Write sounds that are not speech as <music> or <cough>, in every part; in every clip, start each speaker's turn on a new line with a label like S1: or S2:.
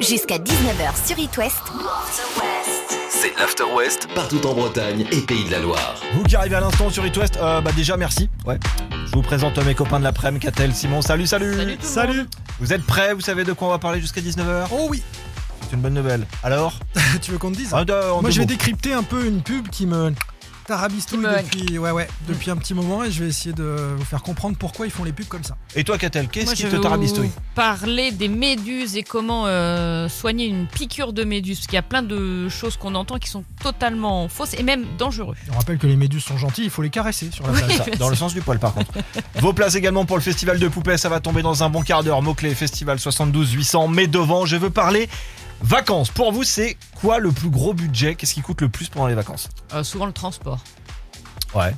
S1: Jusqu'à 19h sur It West.
S2: C'est l'After West partout en Bretagne et Pays de la Loire.
S3: Vous qui arrivez à l'instant sur It West, euh, bah déjà merci. Ouais. Je vous présente euh, mes copains de l'après-midi, Catel, Simon. Salut, salut.
S4: Salut tout le monde.
S3: Vous êtes prêts Vous savez de quoi on va parler jusqu'à 19h
S5: Oh oui, <laughs>
S3: C'est une bonne nouvelle. Alors
S5: tu veux qu'on te dise
S3: Ah, euh, en
S5: Moi,
S3: deux
S5: je vais
S3: mots.
S5: décrypter un peu une pub qui me tarabistouille
S4: Qui me haine.
S5: depuis, ouais, ouais, depuis un petit moment et je vais essayer de vous faire comprendre pourquoi ils font les pubs comme ça.
S3: Et toi, Catel, qu'est-ce
S4: Moi,
S3: qui
S4: je
S3: te
S4: vais
S3: tarabistouille
S4: vous Parler des méduses et comment euh, soigner une piqûre de méduse. Parce qu'il y a plein de choses qu'on entend qui sont totalement fausses et même dangereuses.
S5: Et On rappelle que les méduses sont gentilles, il faut les caresser sur la
S3: Voilà,
S5: plage.
S4: <laughs>
S3: ça, dans le sens du poil par contre. Vos places également pour le festival de Poupée, ça va tomber dans un bon quart d'heure. Mot-clé festival 72 800. Mais devant, je veux parler vacances. Pour vous, c'est quoi le plus gros budget Qu'est-ce qui coûte le plus pendant les vacances
S4: Euh, souvent le transport.
S3: Ouais.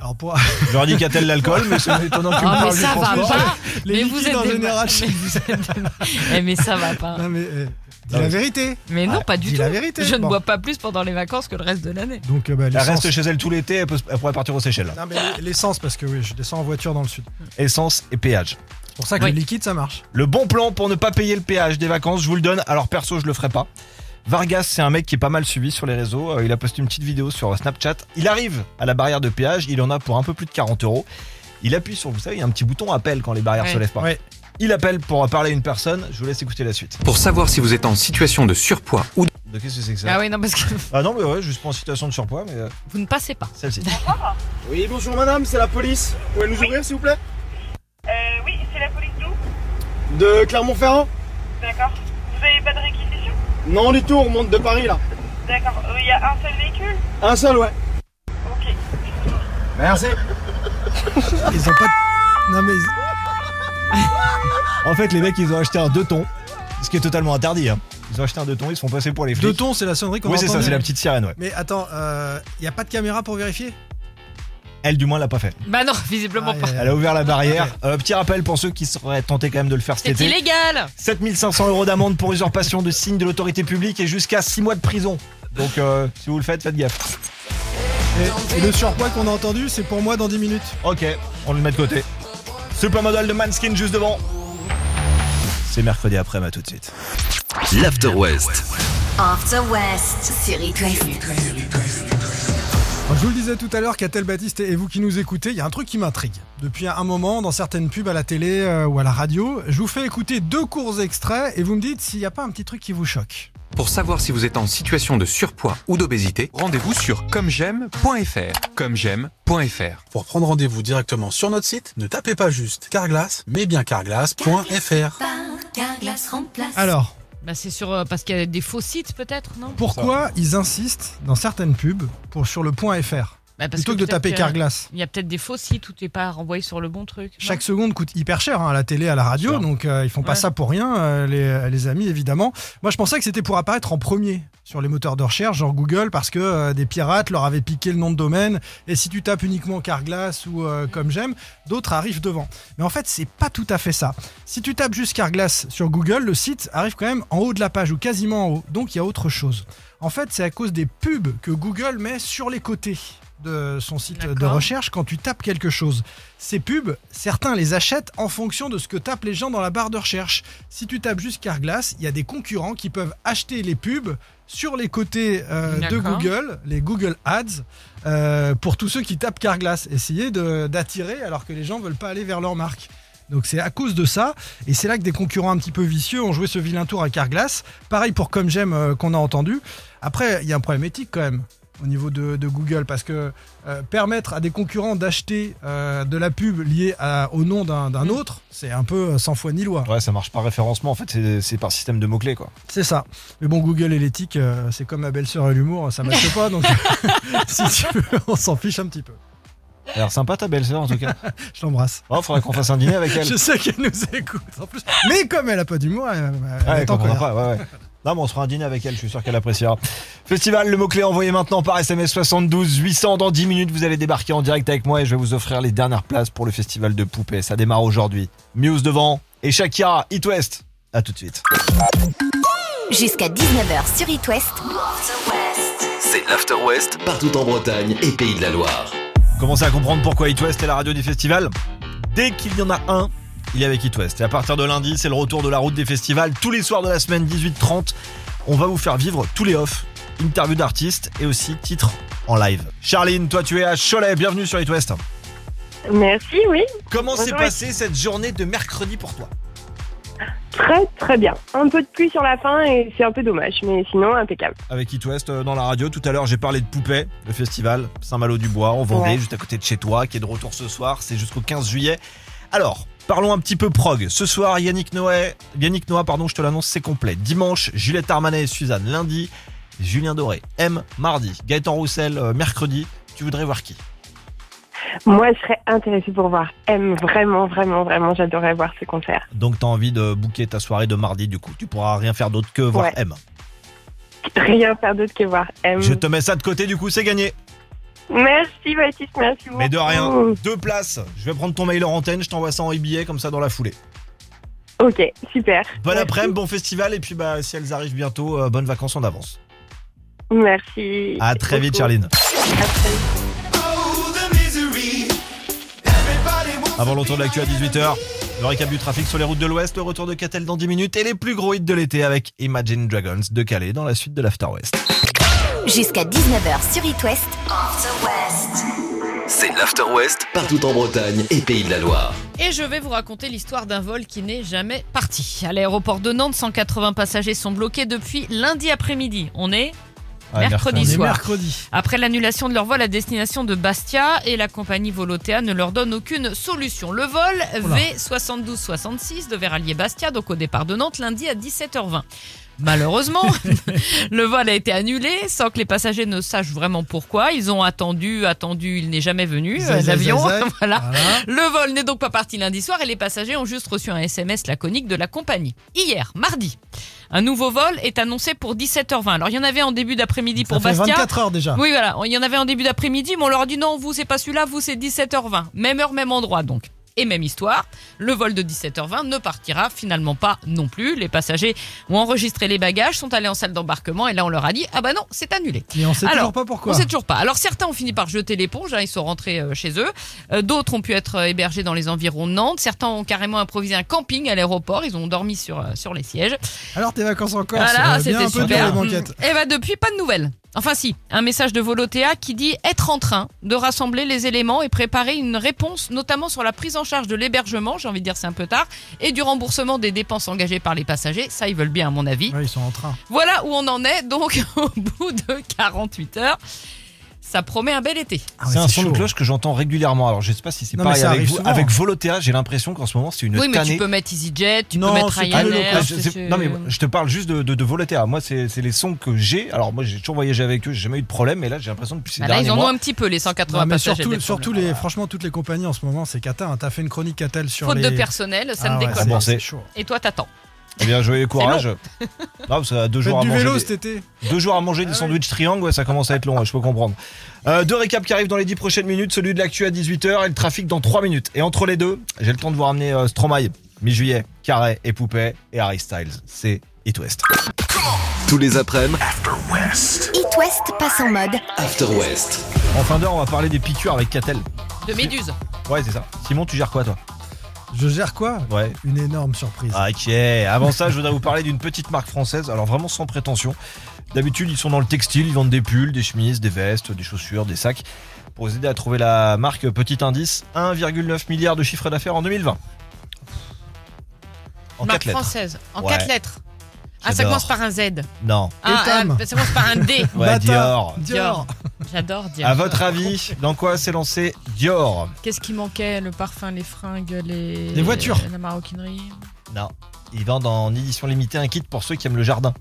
S5: Alors pour <laughs> Ah,
S3: J'aurais dit Catel l'alcool,
S4: <laughs>
S3: mais c'est étonnant que tu me
S4: Ah, mais
S3: parles du
S4: ça va
S3: transport.
S4: pas
S5: les
S4: Mais vous
S5: liquides
S4: êtes
S5: en
S4: des-
S5: général,
S4: <laughs> mais, vous êtes des- <laughs> Eh, mais ça va pas.
S5: non mais euh, dis
S3: Non,
S5: la
S3: mais-
S5: vérité.
S4: Mais non,
S3: Ah,
S4: pas du
S5: dis
S4: tout.
S5: la vérité.
S4: Je ne
S5: Bon.
S4: bois pas plus pendant les vacances que le reste de l'année.
S5: Donc euh, bah,
S3: Elle
S5: l'essence.
S3: reste chez elle tout l'été, elle, peut se- elle pourrait partir aux Seychelles.
S5: Non, mais l'essence parce que oui, je descends en voiture dans le sud.
S3: Essence et péage.
S5: C'est pour ça que
S4: Oui.
S5: le liquide ça marche.
S3: Le bon plan pour ne pas payer le péage des vacances, je vous le donne. Alors perso, je le ferai pas. Vargas, c'est un mec qui est pas mal suivi sur les réseaux. Euh, Il a posté une petite vidéo sur Snapchat. Il arrive à la barrière de péage. Il en a pour un peu plus de 40 euros. Il appuie sur, vous savez, il y a un petit bouton appel quand les barrières
S4: Ouais.
S3: se lèvent pas.
S5: Ouais.
S3: Il appelle pour parler à une personne. Je vous laisse écouter la suite.
S6: Pour savoir si vous êtes en situation de surpoids ou de
S3: De qu'est-ce que c'est que ça
S4: Ah oui, non, parce que <laughs>
S3: Ah non, mais ouais, juste pas en situation de surpoids, mais euh,
S4: vous ne passez pas.
S3: celle-ci.
S7: Oui, bonjour madame, c'est la police. Vous pouvez nous ouvrir s'il vous plaît
S8: Euh, oui, c'est la police d'où
S7: De Clermont-Ferrand
S8: D'accord. Vous avez pas de réquisition
S7: Non du tout, on remonte de Paris là.
S8: D'accord. Euh, Il y a un seul véhicule
S7: Un seul, ouais.
S8: Ok.
S7: Merci.
S5: Ils ont pas. de- Non mais ils-
S3: En fait, les mecs, ils ont acheté un deux tons, ce qui est totalement interdit. hein. Ils ont acheté un deux tons, ils se font passer pour les
S5: deux
S3: flics.
S5: tons, c'est la sonnerie qu'on
S3: Oui,
S5: a
S3: c'est ça,
S5: entendue.
S3: c'est la petite sirène, ouais.
S5: Mais attends, il y a pas de caméra pour vérifier
S3: Elle, du moins, l'a pas fait.
S4: Bah non, visiblement
S5: Ah,
S4: pas.
S5: et-
S3: Elle a ouvert la barrière. Euh, petit rappel pour ceux qui seraient tentés quand même de le faire cet
S4: C'est
S3: été.
S4: illégal
S3: 7500 euros d'amende pour usurpation de signes de l'autorité publique et jusqu'à 6 mois de prison. Donc euh, si vous le faites, faites gaffe.
S5: Et, et le surpoids qu'on a entendu, c'est pour moi dans 10 minutes.
S3: Ok, on le met de côté. Supermodel de Manskin juste devant. C'est mercredi après, ma tout de suite.
S2: L'After West.
S1: After West sur It West.
S5: Alors, Je vous le disais tout à l'heure, Catel Baptiste et vous qui nous écoutez, il y a un truc qui m'intrigue. Depuis un moment, dans certaines pubs à la télé euh, ou à la radio, je vous fais écouter deux courts extraits et vous me dites s'il n'y a pas un petit truc qui vous choque.
S6: Pour savoir si vous êtes en situation de surpoids ou d'obésité, rendez-vous sur commej'aime.fr. Commej'aime.fr.
S9: Pour prendre rendez-vous directement sur notre site, ne tapez pas juste Carglass, mais bien carglass.fr.
S5: Alors,
S4: Bah c'est sur. euh, parce qu'il y a des faux sites peut-être, non
S5: pourquoi ils insistent dans certaines pubs pour, sur le point .fr
S4: Bah, parce
S5: plutôt que, de
S4: peut-être
S5: taper Carglass
S4: Il y a peut-être des faux sites où tu n'es pas renvoyé sur le bon truc. non
S5: chaque seconde coûte hyper cher hein, à la télé, à la radio,
S3: Sûr.
S5: donc euh, ils font pas
S4: Ouais.
S5: ça pour rien, euh, les, les amis, évidemment. Moi, je pensais que c'était pour apparaître en premier sur les moteurs de recherche, genre Google, parce que euh, des pirates leur avaient piqué le nom de domaine. Et si tu tapes uniquement Carglass ou euh, comme j'aime, d'autres arrivent devant. Mais en fait, c'est pas tout à fait ça. Si tu tapes juste Carglass sur Google, le site arrive quand même en haut de la page ou quasiment en haut, donc il y a autre chose. En fait, c'est à cause des pubs que Google met sur les côtés de son site de
S4: D'accord.
S5: recherche quand tu tapes quelque chose. Ces pubs, certains les achètent en fonction de ce que tapent les gens dans la barre de recherche. Si tu tapes juste Carglass, il y a des concurrents qui peuvent acheter les pubs sur les côtés euh, de
S4: D'accord.
S5: Google, les Google Ads, euh, pour tous ceux qui tapent Carglass. Essayez de- d'attirer alors que les gens veulent pas aller vers leur marque. Donc c'est à cause de ça, et c'est là que des concurrents un petit peu vicieux ont joué ce vilain tour à Carglass. Pareil pour Comme J'aime euh, qu'on a entendu. Après, il y a un problème éthique quand même au niveau de, de Google, parce que euh, permettre à des concurrents d'acheter euh, de la pub liée à- au nom d'un d'un autre, c'est un peu euh, sans foi ni loi.
S3: Ouais, ça marche par référencement, en fait, c'est- c'est par système de mots-clés quoi.
S5: C'est ça. Mais bon, Google et l'éthique, euh, c'est comme ma belle-sœur et l'humour, ça marche pas,
S4: <laughs>
S5: donc <laughs> si tu veux, on s'en fiche un petit peu.
S3: Alors sympa ta belle-sœur en tout cas.
S5: Je l'embrasse.
S3: Oh, faudrait qu'on fasse un dîner avec elle.
S5: Je sais qu'elle nous écoute en plus. Mais comme elle a pas d'humour, elle, elle
S3: Ouais,
S5: est en
S3: comprendra
S5: colère.
S3: pas, ouais, ouais. Non, mais on se fera un dîner avec elle, je suis sûr qu'elle appréciera. Festival, le mot-clé envoyé maintenant par SMS 72 800. Dans 10 minutes, vous allez débarquer en direct avec moi et je vais vous offrir les dernières places pour le festival de poupées. Ça démarre aujourd'hui. Muse devant et Shakira, Hit West. À tout de suite.
S1: Jusqu'à 19h sur It West.
S2: C'est l'After West partout en Bretagne et Pays de la Loire.
S3: Commencez à comprendre pourquoi Hit West est la radio du festival. Dès qu'il y en a un il est avec It West. Et à partir de lundi, c'est le retour de la route des festivals. Tous les soirs de la semaine, 18h30, on va vous faire vivre tous les offs, interviews d'artistes et aussi titres en live. Charline, toi tu es à Cholet, bienvenue sur It West.
S10: Merci, oui.
S3: Comment s'est
S10: Bonjour.
S3: passée cette journée de mercredi pour toi
S10: Très, très bien. Un peu de pluie sur la fin et c'est un peu dommage, mais sinon, impeccable.
S3: Avec It West euh, dans la radio, tout à l'heure j'ai parlé de Poupée, le festival Saint-Malo-du-Bois, en Vendée,
S10: Ouais.
S3: juste à côté de chez toi, qui est de retour ce soir, c'est jusqu'au 15 juillet. Alors, parlons un petit peu prog. Ce soir, Yannick Noé, Yannick Noah, pardon, je te l'annonce, c'est complet. Dimanche, Juliette Armanet et Suzanne, lundi, Julien Doré, M, mardi, Gaëtan Roussel, euh, mercredi. Tu voudrais voir qui
S10: Moi, je serais intéressée pour voir M. Vraiment, vraiment, vraiment, j'adorerais voir ce concert.
S3: Donc t'as envie de booker ta soirée de mardi du coup. Tu pourras rien faire d'autre que voir
S10: Ouais.
S3: M.
S10: Rien faire d'autre que voir M.
S3: Je te mets ça de côté du coup, c'est gagné.
S10: Merci, Baptiste, merci
S3: Mais de
S10: beaucoup.
S3: rien, deux places. Je vais prendre ton mail en antenne, je t'envoie ça en e-billet comme ça dans la foulée.
S10: Ok, super.
S3: Bon
S10: Merci.
S3: après-midi, bon festival et puis bah si elles arrivent bientôt, euh, bonnes vacances en avance.
S10: Merci.
S3: À très vite
S10: beaucoup.
S3: Charline.
S10: À très vite.
S3: Avant le retour de l'actu à 18h, le récap du trafic sur les routes de l'Ouest, le retour de Catel dans 10 minutes et les plus gros hits de l'été avec Imagine Dragons de Calais dans la suite de l'After West.
S1: Jusqu'à 19h sur It West.
S2: C'est l'After West partout en Bretagne et Pays de la Loire.
S4: Et je vais vous raconter l'histoire d'un vol qui n'est jamais parti. À l'aéroport de Nantes, 180 passagers sont bloqués depuis lundi après-midi. On est
S3: Ouais,
S4: Ah Mercredi
S5: On est
S4: soir.
S5: mercredi.
S4: après l'annulation de leur vol à destination de Bastia et la compagnie Volotea ne leur donne aucune solution. Le vol
S5: Oula.
S4: V7266 devait rallier Bastia, donc au départ de Nantes, lundi à 17h20. Malheureusement, le vol a été annulé sans que les passagers ne sachent vraiment pourquoi. Ils ont attendu, attendu, il n'est jamais venu,
S5: Zai,
S4: euh,
S5: zai,
S4: l'avion.
S5: zai, zai.
S4: <laughs> Voilà.
S5: Voilà.
S4: Le vol n'est donc pas parti lundi soir et les passagers ont juste reçu un SMS laconique de la compagnie. Hier, mardi, un nouveau vol est annoncé pour 17h20. Alors il y en avait en début d'après-midi
S5: Ça
S4: pour
S5: fait
S4: Bastia.
S5: 24 heures déjà.
S4: Oui, voilà, il y en avait en début d'après-midi, mais on leur a dit non, vous c'est pas celui-là, vous c'est 17h20. Même heure, même endroit donc. Et même histoire, le vol de 17h20 ne partira finalement pas non plus. Les passagers ont enregistré les bagages, sont allés en salle d'embarquement et là on leur a dit ah bah non, c'est annulé.
S5: Et on sait
S4: Alors,
S5: toujours pas pourquoi.
S4: On sait toujours pas. Alors certains ont fini par jeter l'éponge, hein, ils sont rentrés euh, chez eux. Euh, D'autres ont pu être euh, hébergés dans les environs de Nantes. Certains ont carrément improvisé un camping à l'aéroport, ils ont dormi sur, euh, sur les sièges.
S5: Alors tes vacances en Corse, euh,
S4: Voilà,
S5: Ah, bien
S4: c'était
S5: un peu
S4: super.
S5: dur les banquettes.
S4: Et bah depuis, pas de nouvelles. Enfin si, un message de Volotea qui dit être en train de rassembler les éléments et préparer une réponse, notamment sur la prise en charge de l'hébergement, j'ai envie de dire c'est un peu tard, et du remboursement des dépenses engagées par les passagers. Ça, ils veulent bien à mon avis.
S5: Ouais, ils sont en train.
S4: Voilà où on en est, donc <laughs> au bout de 48 heures. Ça promet un bel été.
S5: Ah ouais,
S3: c'est un son
S5: chaud.
S3: de cloche que j'entends régulièrement. Alors je sais pas si c'est
S5: Non, mais
S3: pareil
S5: ça
S3: avec
S5: arrive
S3: vous.
S5: souvent.
S3: Avec Volotea, j'ai l'impression qu'en ce moment c'est une
S4: oui, mais
S3: tannée.
S4: tu peux mettre EasyJet, tu
S5: Non,
S4: peux mettre
S5: c'est pas le
S4: Ryanair.
S3: Ah,
S4: c'est-
S3: je- c'est-
S4: c'est-
S3: non mais je te parle juste de, de, de Volotea. Moi, c'est c'est les sons que j'ai. Alors moi, j'ai toujours voyagé avec eux, j'ai jamais eu de problème. Mais là, j'ai l'impression que depuis ces
S4: Bah là,
S3: derniers
S4: ils en ont
S3: mois,
S4: un petit peu, les 180
S5: Non, mais
S4: passagers.
S5: surtout,
S4: des
S5: surtout
S4: problèmes.
S5: les, franchement, toutes les compagnies en ce moment, c'est cata. hein. T'as fait une chronique catal sur
S4: Faute
S5: les.
S4: de personnel, ça
S5: Ah
S4: ne
S5: ouais,
S4: décolle
S5: c'est-
S4: pas.
S3: Commencez.
S5: c'est chaud.
S4: Et toi, t'attends.
S3: eh bien jouez courage. non, parce que ça a deux jours à
S5: Faites du
S3: manger.
S5: vélo Ah,
S3: des-
S5: cet été.
S3: Deux jours à manger des sandwichs triangles, ouais, ça commence à être long, ouais, je peux comprendre. Euh, deux récaps qui arrivent dans les 10 prochaines minutes, celui de l'actu à 18h et le trafic dans 3 minutes. Et entre les deux, j'ai le temps de vous ramener euh, Stromae, mi-juillet, Carré et Poupée et Harry Styles. C'est It West.
S2: Tous les après-midi,
S1: It West passe en mode
S2: After West.
S3: En fin d'heure, on va parler des piqûres avec Catel.
S4: De Méduse.
S3: Ouais, c'est ça. Simon, tu gères quoi toi
S5: Je gère quoi
S3: Ouais.
S5: Une énorme surprise.
S3: Ok, avant ça, je voudrais vous parler d'une petite marque française, alors vraiment sans prétention. D'habitude, ils sont dans le textile, ils vendent des pulls, des chemises, des vestes, des chaussures, des sacs. Pour vous aider à trouver la marque, petit indice 1,9 milliard de chiffre d'affaires en 2020. En
S4: marque
S3: quatre lettres.
S4: française. En
S3: Ouais.
S4: quatre lettres. Ah, ça
S3: J'adore.
S4: commence par un Z.
S3: Non.
S4: Ah,
S5: Etam.
S4: ah, ça commence par un D.
S3: Ouais,
S5: Bata,
S3: Dior.
S5: Dior.
S4: J'adore dire.
S3: À votre avis, dans quoi s'est lancé Dior
S4: Qu'est-ce qui manquait Le parfum, les fringues, les.
S5: Les voitures.
S4: La maroquinerie.
S3: Non. Ils vendent en édition limitée un kit pour ceux qui aiment le jardin.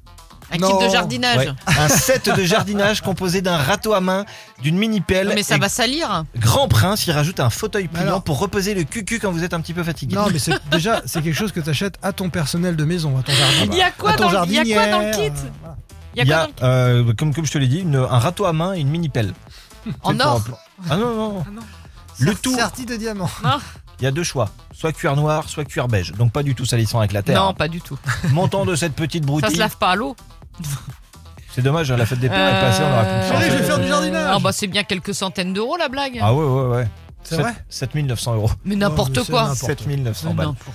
S4: Un
S5: Non.
S4: kit de jardinage.
S3: Ouais. Un set de jardinage composé d'un râteau à main, d'une mini-pelle
S4: Non, mais ça
S3: et
S4: va salir.
S3: Grand Prince, il rajoute un fauteuil
S5: Mais
S3: pliant
S5: alors-
S3: pour reposer le cucu quand vous êtes un petit peu fatigué.
S5: Non, mais c'est déjà, c'est quelque chose que t'achètes à ton personnel de maison, à ton jardin.
S4: Il y a quoi
S5: à ton
S4: dans le- il y a quoi dans
S5: jardinière,
S4: le kit
S5: euh, voilà.
S4: Il y a
S3: Il y
S4: quoi
S3: a,
S4: dans le-
S3: euh, comme, comme je te l'ai dit, une- un râteau à main et une mini-pelle.
S4: En
S3: C'est pour
S4: or
S3: un plan- Ah non, non, non. Le
S5: Cer-
S3: tout.
S5: Serti de diamant.
S3: Il y a deux choix. Soit cuir noir, soit cuir beige. Donc pas du tout salissant avec la terre. hein.
S4: Non, pas du tout.
S3: Montant de cette petite
S4: Ça se
S3: broutille.
S4: lave Euh, pas à l'eau.
S3: C'est dommage, hein, la fête des pères est passée, on aura pu le
S5: Allez,
S3: changer.
S5: je vais faire du jardinage.
S4: Ah bah c'est bien quelques centaines d'euros la blague.
S3: Ah ouais, ouais, ouais.
S5: C'est vrai
S3: 7900 euros.
S4: Mais n'importe
S5: mais c'est
S4: quoi.
S5: n'importe quoi. ben,
S3: 7900
S4: Mais
S3: balles.
S4: n'importe quoi.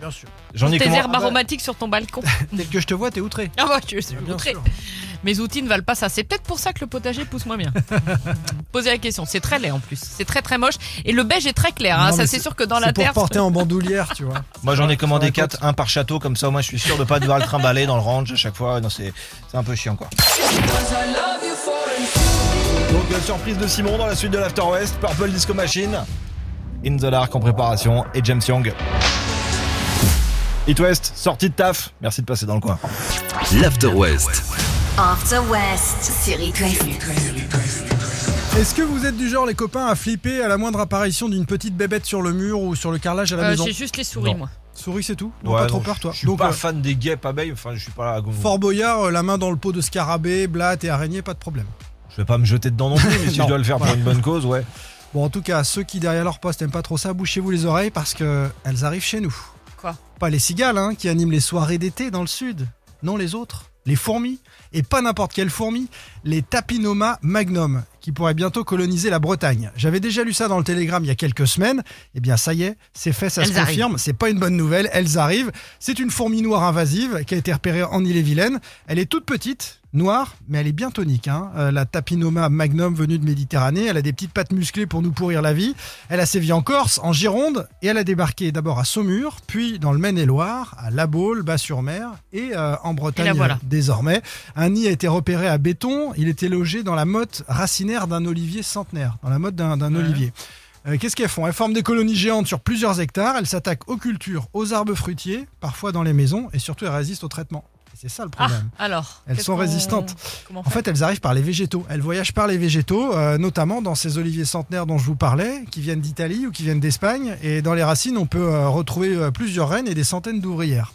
S5: Bien sûr.
S3: J'en ai
S4: Tes
S3: comment-
S5: Ah
S4: herbes
S5: bah-
S4: aromatiques sur ton
S5: <laughs>
S4: balcon.
S5: Dès que je te vois, t'es outré.
S4: Ah bah, je suis
S5: Bien
S4: outrée.
S5: sûr.
S4: Mes outils ne valent pas ça. C'est peut-être pour ça que le potager pousse
S5: <laughs>
S4: moins bien. Posez la question. C'est très laid en plus. C'est très très moche. Et le beige est très clair. hein.
S5: Non,
S4: Ça
S5: mais
S4: c'est sûr que dans
S5: C'est
S4: la
S5: pour
S4: terre.
S5: porter en bandoulière, tu vois.
S3: Moi j'en ai commandé
S5: Sur la
S3: 4, un par château, comme ça au moins je suis sûr de pas devoir le trimballer dans le range à chaque fois. Non, c'est c'est un peu chiant quoi. Donc euh, surprise de Simon dans la suite de l'After West, Purple Disco Machine, In the Dark en préparation et James Young. It West, sortie de taf, merci de passer dans le coin.
S2: L'After West.
S1: After West sur It West.
S5: Est-ce que vous êtes du genre, les copains, à flipper à la moindre apparition d'une petite bébête sur le mur ou sur le carrelage à la
S4: Euh,
S5: maison
S4: J'ai juste les souris
S3: Non.
S4: moi.
S5: Souris, c'est tout Donc
S3: Ouais,
S5: pas trop
S3: non,
S5: peur, toi.
S3: Je suis
S5: Donc,
S3: pas
S5: euh,
S3: fan des guêpes abeilles, enfin je suis pas là.
S5: Fort Boyard, euh, la main dans le pot de scarabée, blatte et araignée, pas de problème.
S3: Je vais pas me jeter dedans non plus, mais si
S5: <laughs> Non.
S3: je dois le faire pour une bonne cause, ouais.
S5: Bon, en tout cas, ceux qui derrière leur poste n'aiment pas trop ça, bouchez-vous les oreilles parce que elles arrivent chez nous.
S4: Quoi
S5: Pas les cigales, hein, qui animent les soirées d'été dans le sud. Non, les autres. Les fourmis. Et pas n'importe quelles fourmis. Les Tapinoma magnum, qui pourraient bientôt coloniser la Bretagne. J'avais déjà lu ça dans le Télégramme il y a quelques semaines. Eh bien, ça y est, c'est fait, ça
S4: Elles
S5: se
S4: arrivent.
S5: confirme. C'est pas une bonne nouvelle. Elles arrivent. C'est une fourmi noire invasive qui a été repérée en Ille-et-Vilaine. Elle est toute petite, noire, mais elle est bien tonique. hein. Euh, la Tapinoma magnum venue de Méditerranée, elle a des petites pattes musclées pour nous pourrir la vie. Elle a sévi en Corse, en Gironde, et elle a débarqué d'abord à Saumur, puis dans le Maine-et-Loire, à La Baule, Bas-sur-Mer, et euh, en Bretagne
S4: la voilà.
S5: euh, désormais. Un nid a été repéré à Béton. Il était logé dans la motte racinaire d'un olivier centenaire, dans la motte d'un d'un olivier. Euh, Qu'est-ce qu'elles font Elles forment des colonies géantes sur plusieurs hectares. Elles s'attaquent aux cultures, aux arbres fruitiers, parfois dans les maisons, et surtout elles résistent au traitement. Et C'est ça le
S4: Ah
S5: problème.
S4: alors.
S5: Elles
S4: qu'est-ce
S5: sont
S4: qu'on-
S5: résistantes.
S4: Comment
S5: En fait, elles arrivent par les végétaux. Elles voyagent par les végétaux, euh, notamment dans ces oliviers centenaires dont je vous parlais, qui viennent d'Italie ou qui viennent d'Espagne. Et dans les racines, on peut euh, retrouver euh, plusieurs reines et des centaines d'ouvrières.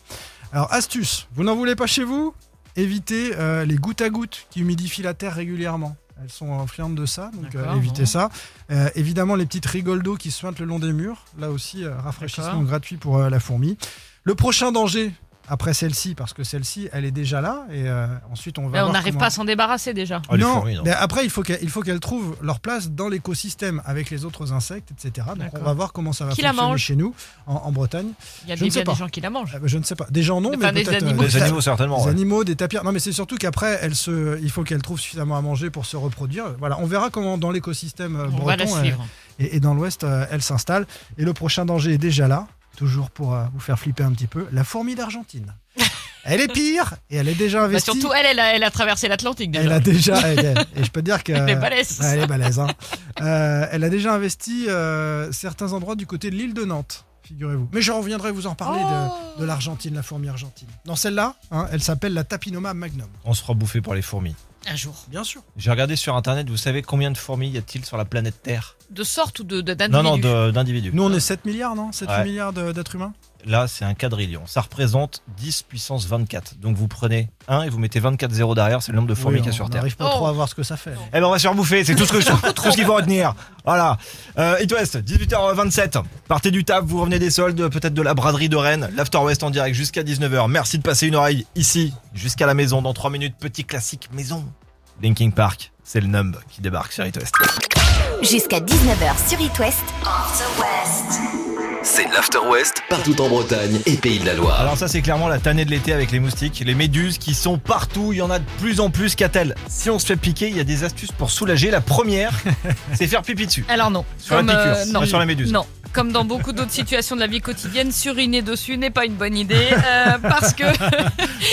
S5: Alors, astuce, vous n'en voulez pas chez vous Évitez euh, les gouttes à gouttes qui humidifient la terre régulièrement. Elles sont euh, friandes de ça, donc euh,
S4: D'accord,
S5: évitez
S4: bon.
S5: ça. Euh, évidemment, les petites rigoles d'eau qui suintent le long des murs. Là aussi, euh, rafraîchissement
S4: D'accord.
S5: gratuit pour euh, la fourmi. Le prochain danger, après celle-ci, parce que celle-ci, elle est déjà là, et euh, ensuite on va.
S4: Là, Eh, on
S5: voir
S4: n'arrive
S5: comment-
S4: pas à s'en débarrasser déjà.
S3: Ah, les
S5: non,
S3: fourmis, non.
S5: mais après, il faut qu'elles il faut qu'elles trouvent leur place dans l'écosystème avec les autres insectes, etc. Donc
S4: D'accord.
S5: on va voir comment ça va
S4: Qui la
S5: fonctionner
S4: mange
S5: chez nous, en, en Bretagne.
S4: Il y a
S5: Je
S4: des-
S5: ne sais
S4: bien des
S5: pas.
S4: gens qui la mangent.
S5: Euh, je ne sais pas. Des gens non,
S4: Enfin,
S5: mais
S4: des
S5: peut-être,
S4: animaux.
S5: euh,
S3: Des animaux certainement.
S5: des
S3: ouais.
S5: animaux, des tapirs. Non, mais c'est surtout qu'après, elles se, il faut qu'elles trouvent suffisamment à manger pour se reproduire. Voilà, on verra comment dans l'écosystème euh,
S4: On
S5: breton
S4: va la
S5: euh,
S4: suivre.
S5: et, et dans l'Ouest, euh, elles s'installent. Et le prochain danger est déjà là, toujours pour euh, vous faire flipper un petit peu. La fourmi
S4: <laughs>
S5: d'Argentine. elle est pire et elle est déjà
S4: Bah,
S5: investie.
S4: surtout elle, elle a, elle a traversé l'Atlantique déjà.
S5: elle a déjà. elle est- et je peux te dire que.
S4: <laughs> Elle est balèze.
S5: Ouais, elle
S4: <laughs>
S5: est balèze. hein. Euh, elle a déjà investi euh, certains endroits du côté de l'île de Nantes, figurez-vous. Mais je reviendrai vous en parler de, de l'Argentine, la fourmi argentine. Dans celle-là, hein, elle s'appelle la Tapinoma magnum.
S3: On se fera bouffer par les fourmis.
S4: Un jour.
S5: Bien sûr.
S3: J'ai regardé sur internet, vous savez combien de fourmis y a-t-il sur la planète Terre
S4: De sorte ou de- de-
S3: Non, non,
S4: d'individu
S3: de- d'individus.
S5: Nous, on est 7 milliards, non 7
S3: Euh, Ouais.
S5: milliards de- d'êtres humains
S3: Là, c'est un quadrillion. Ça représente 10 puissance 24. Donc vous prenez 1 et vous mettez 24 zéros derrière, c'est le nombre de fourmis
S5: Oui,
S3: qu'il y a
S5: on-
S3: sur
S5: on
S3: Terre.
S5: n'arrive pas
S4: Oh.
S5: trop à voir ce que ça fait.
S3: Eh ben on va se bouffer, c'est tout ce que
S5: <laughs>
S3: je tout ce qu'il faut retenir. Voilà. Euh, It West, 18h27. Partez du table, vous revenez des soldes, peut-être de la braderie de Rennes. L'After West en direct jusqu'à 19h. Merci de passer une oreille ici, jusqu'à la maison, dans 3 minutes. Petit classique maison. Linking Park, c'est le numb qui débarque sur It West.
S1: Jusqu'à 19h sur It West. After West.
S2: C'est l'After West partout en Bretagne et Pays de la Loire.
S3: Alors ça c'est clairement la tannée de l'été avec les moustiques, les méduses qui sont partout, il y en a de plus en plus qu'a-t-elle Si on se fait piquer, il y a des astuces pour soulager. La
S5: <laughs>
S3: première, c'est faire pipi dessus.
S4: Alors non. euh,
S3: Sur la piqûre,
S4: non.
S3: pas sur la méduse.
S4: Non. Comme dans beaucoup d'autres situations de la vie quotidienne, suriner dessus n'est pas une bonne idée euh,
S5: <laughs>
S4: parce que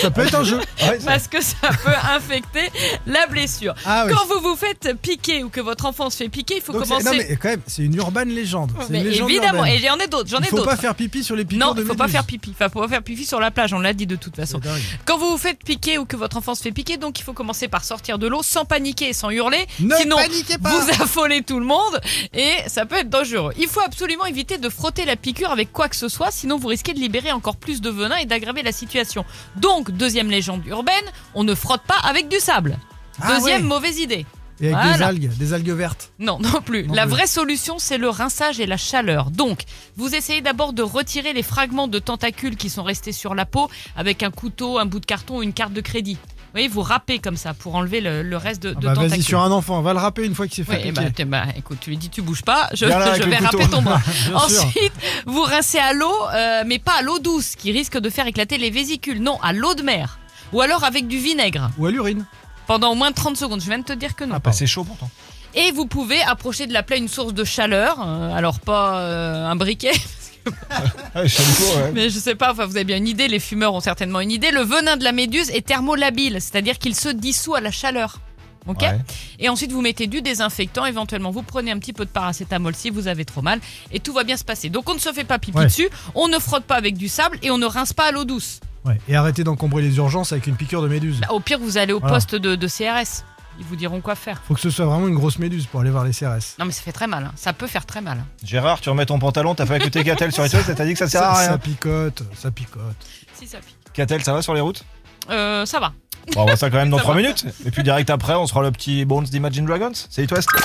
S5: Ça peut être
S3: <laughs>
S5: un jeu.
S4: parce que ça peut infecter la blessure.
S5: Ah oui.
S4: Quand vous vous faites piquer ou que votre enfant se fait piquer, il faut
S5: Donc, c'est-
S4: commencer.
S5: non, mais quand même, c'est une urbaine légende. C'est
S4: Mais
S5: une légende
S4: évidemment,
S5: urbaine.
S4: et il y en a d'autres, j'en
S5: il
S4: ai
S5: faut pas
S4: d'autres.
S5: faire pipi sur les piqûres
S4: Non,
S5: de
S4: il faut pas
S5: méduses.
S4: faire pipi. Enfin, faut pas faire pipi sur la plage. On l'a dit de toute façon.
S5: C'est dingue.
S4: Quand vous vous faites piquer ou que votre enfant se fait piquer, donc il faut commencer par sortir de l'eau sans paniquer et sans hurler.
S5: Ne
S4: sinon,
S5: paniquez pas.
S4: vous affolez tout le monde et ça peut être dangereux. Il faut absolument éviter de frotter la piqûre avec quoi que ce soit, sinon vous risquez de libérer encore plus de venin et d'aggraver la situation. Donc, deuxième légende urbaine, on ne frotte pas avec du sable.
S5: Ah
S4: Deuxième
S5: ouais.
S4: mauvaise idée.
S5: Et avec des
S4: Voilà.
S5: algues, des algues vertes.
S4: Non, non plus.
S5: Non
S4: la
S5: plus.
S4: vraie solution, c'est le rinçage et la chaleur. Donc, vous essayez d'abord de retirer les fragments de tentacules qui sont restés sur la peau avec un couteau, un bout de carton ou une carte de crédit. voyez, vous râpez comme ça pour enlever le, le reste de,
S5: Ah
S4: de
S5: bah,
S4: tentacules.
S5: Vas-y, sur un enfant, va le râper une fois qu'il s'est
S4: Oui,
S5: fait
S4: eh
S5: piquer.
S4: ben, t'es- bah, écoute, tu lui dis tu bouges pas, je,
S5: Viens là avec
S4: <laughs> je
S5: le
S4: vais
S5: couteau.
S4: râper ton bras.
S5: <laughs> Bien sûr.
S4: Ensuite, vous rincez à l'eau, euh, mais pas à l'eau douce qui risque de faire éclater les vésicules, non, à l'eau de mer. Ou alors avec du vinaigre,
S5: Ou à l'urine.
S4: pendant au moins 30 secondes, je viens de te dire que non.
S5: Ah, pardon.
S3: c'est chaud pourtant.
S4: Et vous pouvez approcher de la plaie une source de chaleur, euh, alors pas euh, un briquet, <laughs>
S3: Ouais, je suis chaud, ouais.
S4: mais je sais pas, enfin, vous avez bien une idée, les fumeurs ont certainement une idée. Le venin de la méduse est thermolabile, c'est-à-dire qu'il se dissout à la chaleur. Ok
S3: Ouais.
S4: Et ensuite, vous mettez du désinfectant, éventuellement, vous prenez un petit peu de paracétamol si vous avez trop mal, et tout va bien se passer. Donc, on ne se fait pas pipi
S5: Ouais.
S4: dessus, on ne frotte pas avec du sable et on ne rince pas à l'eau douce.
S5: Ouais. Et arrêtez d'encombrer les urgences avec une piqûre de méduse.
S4: Bah, au pire, vous allez au
S5: Voilà.
S4: poste de, de CRS, ils vous diront quoi faire.
S5: Faut que ce soit vraiment une grosse méduse pour aller voir les CRS.
S4: Non, mais ça fait très mal, hein. ça peut faire très mal.
S3: Gérard, tu remets ton pantalon, t'as fait écouter Catel sur les toilettes, t'as dit que ça sert
S5: Ça,
S3: à
S5: ça
S3: rien.
S5: picote, ça picote.
S4: Si ça pique.
S3: Catel, ça va sur les routes
S5: <laughs>
S4: Euh, ça va.
S3: Bon, on voit ça quand même dans
S4: Ça
S3: 3
S4: va.
S3: minutes. Et puis direct après, on sera le petit Bones d'Imagine Dragons. C'est It West.